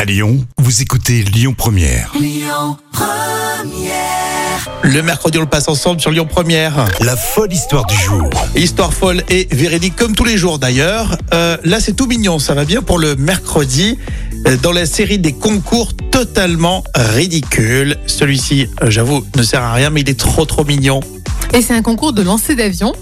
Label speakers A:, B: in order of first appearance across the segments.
A: À Lyon, vous écoutez Lyon Première.
B: Le mercredi, on le passe ensemble sur Lyon Première.
A: La folle histoire du jour.
B: Histoire folle et véridique, comme tous les jours d'ailleurs. Euh, là, c'est tout mignon, ça va bien pour le mercredi. euh, Dans la série des concours totalement ridicules. Celui-ci, euh, j'avoue, ne sert à rien, mais il est trop trop mignon.
C: Et c'est un concours de lancer d'avion.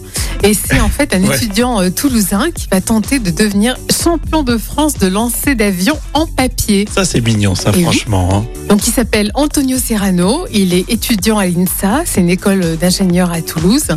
C: Et c'est en fait un
B: Ouais.
C: étudiant euh, toulousain qui va tenter de devenir champion de France de lancer d'avion en papier.
B: Ça, c'est mignon, ça,
C: Et oui.
B: franchement. hein.
C: Donc il s'appelle Antonio Serrano, il est étudiant à l'INSA, c'est une école euh, d'ingénieurs à Toulouse.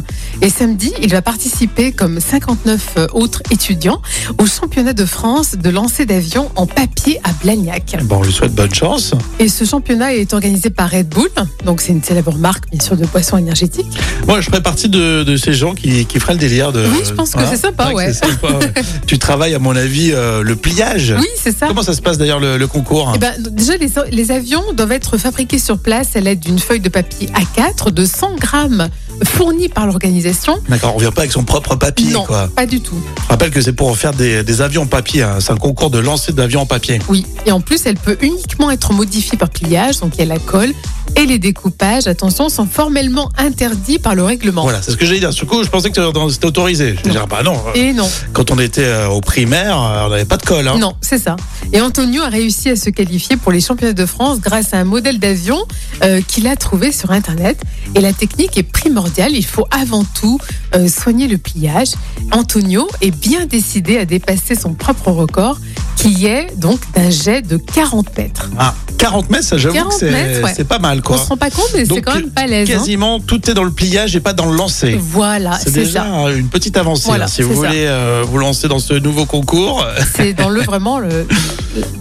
C: Et samedi, il va participer comme 59 autres étudiants au championnat de France de lancer d'avion en papier à Blagnac.
B: Bon, on lui souhaite bonne chance.
C: Et ce championnat est organisé par Red Bull, donc c'est une célèbre marque bien sûr de boissons énergétiques.
B: Moi, je ferais partie de, de ces gens qui, qui feraient le délire de.
C: Oui, je pense que c'est sympa,
B: que
C: ouais.
B: c'est sympa, ouais. tu travailles, à mon avis, euh, le pliage.
C: Oui, c'est ça.
B: Comment ça se passe d'ailleurs le, le concours hein?
C: Eh ben, déjà, les, les avions doivent être fabriqués sur place à l'aide d'une feuille de papier A4 de 100 grammes fournie par l'organisation.
B: D'accord, on vient pas avec son propre papier,
C: Non,
B: quoi.
C: pas du tout.
B: Je rappelle que c'est pour en faire des, des avions en papier. hein. C'est un concours de lancer d'avions en papier.
C: Oui. Et en plus, elle peut uniquement être modifiée par pliage, donc il y a la colle et les découpages, attention, sont formellement interdits par le règlement.
B: Voilà, c'est ce que j'ai dit. Ce coup, je pensais que c'était dans- c'était autorisé. Je dis, ah, bah non,
C: Et non,
B: quand on était euh, au primaire, euh, on n'avait pas de colle. hein.
C: non, c'est ça. Et Antonio a réussi à se qualifier pour les championnats de France grâce à un modèle d'avion euh, qu'il a trouvé sur Internet. Et la technique est primordiale. Il faut avant tout euh, soigner le pliage. Antonio est bien décidé à dépasser son propre record, qui est donc d'un jet de 40 mètres.
B: Ah, 40 mètres, ça, j'avoue
C: 40
B: que c'est
C: mètres, ouais.
B: c'est pas mal,
C: On
B: quoi.
C: se rend pas compte, mais
B: Donc,
C: c'est quand même balèze. hein.
B: Quasiment tout est dans le pliage et pas dans le lancer.
C: Voilà,
B: c'est
C: c'est
B: déjà
C: ça.
B: euh, une petite avancée.
C: Voilà,
B: hein. si
C: c'est
B: vous
C: ça.
B: voulez euh, vous lancer dans ce nouveau concours.
C: C'est dans le vraiment le.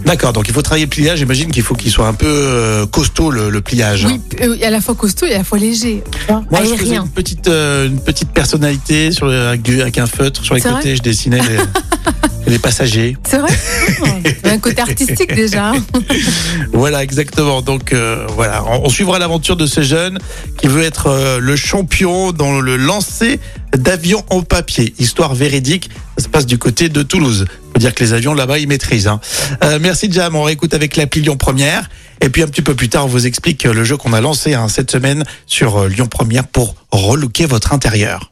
B: D'accord, donc il faut travailler le pliage. J'imagine qu'il faut qu'il soit un peu euh, costaud, le, le pliage.
C: Oui, euh, à la fois costaud et à la fois léger. tu vois,
B: Moi, je faisais
C: aérien.
B: une petite, euh, une petite personnalité sur le, avec, du- avec un feutre sur les
C: C'est vrai
B: côtés. Je dessinais les, les passagers.
C: C'est vrai. Il y a un côté artistique déjà. hein.
B: Voilà, exactement. Donc, euh, voilà, on, on suivra l'aventure de ce jeune qui veut être euh, le champion dans le lancer d'avions en papier. Histoire véridique, ça se passe du côté de Toulouse. Faut dire que les avions là-bas, ils maîtrisent. hein. Euh, merci Jam, on réécoute avec l'appli Lyon Première. Et puis un petit peu plus tard, on vous explique euh, le jeu qu'on a lancé hein, cette semaine sur euh, Lyon Première pour relooker votre intérieur.